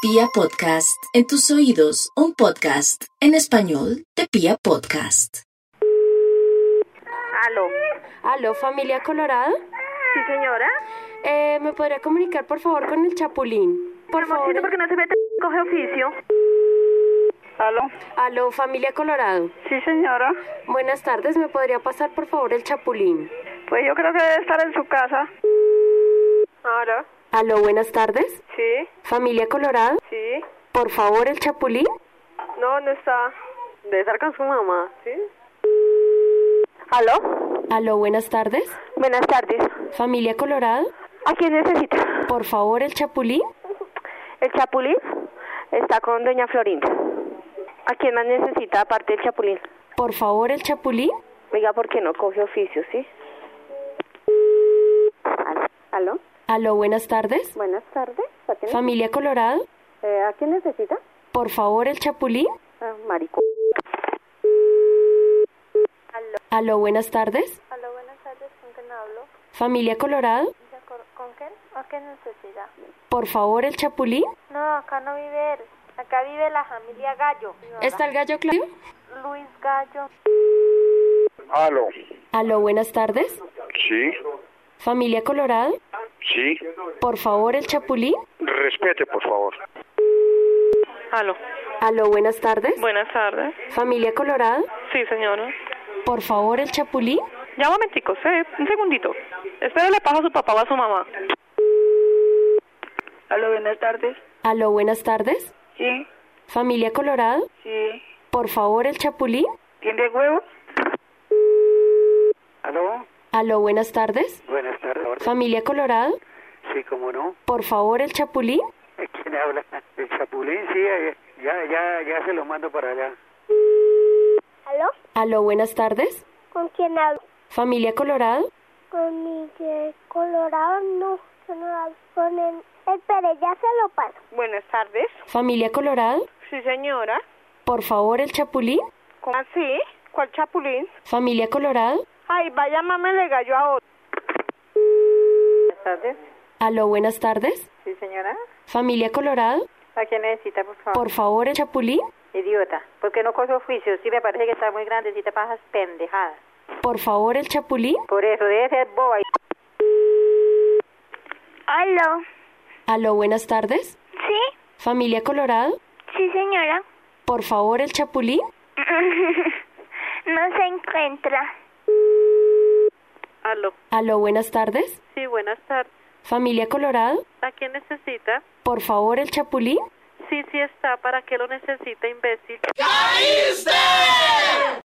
Pia Podcast, en tus oídos, un podcast en español de Pia Podcast. Aló. Aló, familia Colorado. Sí, señora. Eh, ¿Me podría comunicar por favor con el Chapulín? Por favor. Hermosito, ¿por qué no se mete? Coge oficio. Aló. Aló, familia Colorado. Sí, señora. Buenas tardes, ¿me podría pasar por favor el Chapulín? Pues yo creo que debe estar en su casa. Aló. Aló, buenas tardes. Sí, Familia Colorado, sí. por favor el Chapulín. No, no está. Debe estar con su mamá, ¿sí? Aló. Aló, buenas tardes. Buenas tardes. Familia Colorado, ¿A quién necesita? por favor el Chapulín. El Chapulín está con doña Florinda. ¿A quién más necesita aparte del Chapulín? Por favor el Chapulín. Oiga, ¿por qué no coge oficio, sí? Aló. Aló, buenas tardes. Buenas tardes. ¿A quién, Eh, Familia Colorado, ¿a quién necesita? por favor el Chapulín. Marico. Aló, buenas tardes. Hola, buenas tardes, ¿con quién hablo? Familia Colorado, Dice, ¿Con con quién? ¿A qué necesidad? por favor el Chapulín. No, acá no vive él. Acá vive la familia Gallo. ¿Está el gallo Claudio? Luis Gallo. Aló. Aló, buenas tardes. Sí, Familia Colorado, sí. por favor el Chapulín. Respete, por favor. Aló. Aló, buenas tardes. Buenas tardes. Familia Colorado, Sí, señora. por favor el Chapulín. Ya un momentico, sé, un segundito. Espérale paso a su papá o a su mamá. Aló, buenas tardes. Aló, buenas tardes. Sí, Familia Colorado, sí. por favor el Chapulín. ¿Tiene huevos? Aló, Aló, buenas tardes. buenas tardes. Familia Colorado, Sí, cómo no. por favor el Chapulín. ¿Eh, ¿Quién habla? El chapulín, sí, eh, ya, ya, ya se lo mando para allá. ¿Aló? Aló, buenas tardes. ¿Con quién hablo? Familia Colorado, Con Miguel Colorado, no. Yo no hablo con él. Espere, ya se lo paso. Buenas tardes. familia Colorado, Sí, señora. por favor el Chapulín. ¿Cómo así? Ah, ¿Cuál chapulín? Familia Colorado, Ay, vaya mame le gallo a otro. Buenas tardes. aló, buenas tardes. Sí, señora. Familia Colorado, ¿A quién necesita, por favor? por favor el Chapulín. Idiota. ¿Por qué no coge oficio? Sí, me parece que está muy grandecita para esas pendejadas. Por favor el Chapulín. Por eso, debe ser boba. y- ¿Aló? Aló, buenas tardes. ¿Sí? Familia Colorado, Sí, señora. por favor el Chapulín. no se encuentra. Aló. Aló, buenas tardes. Sí, buenas tardes. Familia Colorado, ¿A quién necesita? por favor el Chapulín. Sí, sí está. ¿Para qué lo necesita, imbécil?